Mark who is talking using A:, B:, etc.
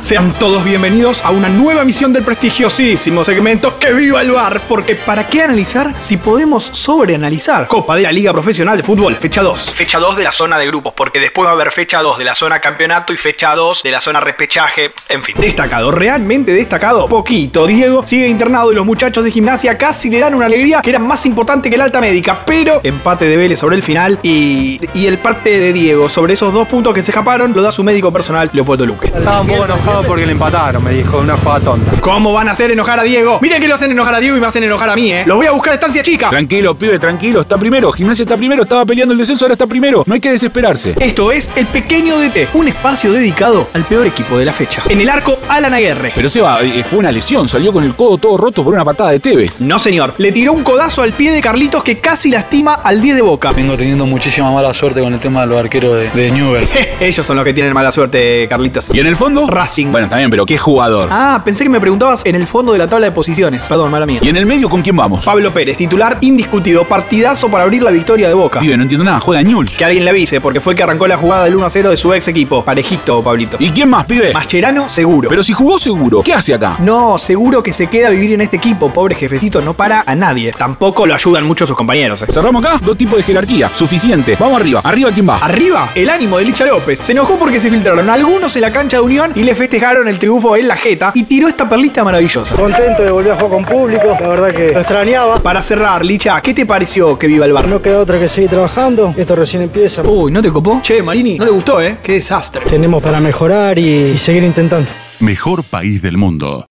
A: Sean todos bienvenidos a una nueva emisión del prestigiosísimo segmento Que viva el bar, porque ¿para qué analizar si podemos sobreanalizar? Copa de la Liga Profesional de Fútbol, fecha 2. Fecha 2 de la zona de grupos, porque después va a haber fecha 2 de la zona campeonato y fecha 2 de la zona repechaje, en fin. Destacado, realmente destacado, poquito. Diego sigue internado y los muchachos de gimnasia casi le dan una alegría que era más importante que la alta médica, pero empate de Vélez sobre el final y, y el parte de Diego sobre esos dos puntos que se escaparon lo da su médico personal, Leopoldo Luque.
B: Estaba un poco enojado porque le empataron, me dijo, una jugada tonta.
A: ¿Cómo van a hacer enojar a Diego? Miren que lo hacen enojar a Diego y me hacen enojar a mí, ¿eh? Los voy a buscar a estancia chica.
C: Tranquilo, pibe, tranquilo. Está primero. Gimnasia está primero. Estaba peleando el descenso, ahora está primero. No hay que desesperarse.
A: Esto es El Pequeño DT, un espacio dedicado al peor equipo de la fecha. En el arco, Alan Aguerre.
C: Pero Seba, eh, fue una lesión. Salió con el codo todo roto por una patada de Tevez.
A: No, señor. Le tiró un codazo al pie de Carlitos que casi lastima al 10 de Boca.
D: Vengo teniendo muchísima mala suerte con el tema de los arqueros de, de Newell.
A: Ellos son los que tienen mala suerte, Carlitos.
C: ¿Y en el fondo?
A: Racing.
C: Bueno, también, pero qué jugador.
A: Ah, pensé que me preguntabas en el fondo de la tabla de posiciones. Perdón, mala mía.
C: ¿Y en el medio con quién vamos?
A: Pablo Pérez, titular indiscutido, partidazo para abrir la victoria de Boca.
C: Pibe, no entiendo nada. Juega Newell's.
A: Que alguien le avise, porque fue el que arrancó la jugada del 1-0 de su ex equipo. Parejito, Pablito.
C: ¿Y quién más, pibe?
A: Mascherano, seguro.
C: Pero si jugó seguro. ¿Qué hace acá?
A: No, seguro que se queda a vivir en este equipo. Pobre jefecito, no para a nadie. Tampoco lo ayudan mucho sus compañeros. eh.
C: Cerramos acá. Dos tipos de jerarquía. Suficiente. Vamos arriba. ¿Arriba quién va?
A: Arriba, el ánimo de Licha López. Se enojó porque se filtraron algunos en la cancha de Unión y le festejaron el triunfo en la jeta y tiró esta perlita maravillosa.
E: Contento de volver a jugar con público, la verdad que lo extrañaba.
A: Para cerrar, Licha, ¿qué te pareció que viva el bar?
E: No queda otra que seguir trabajando, esto recién empieza.
A: Uy, ¿no te copó? Che, Marini, no le gustó, ¿eh? Qué desastre.
E: Tenemos para mejorar y- y seguir intentando.
F: Mejor país del mundo.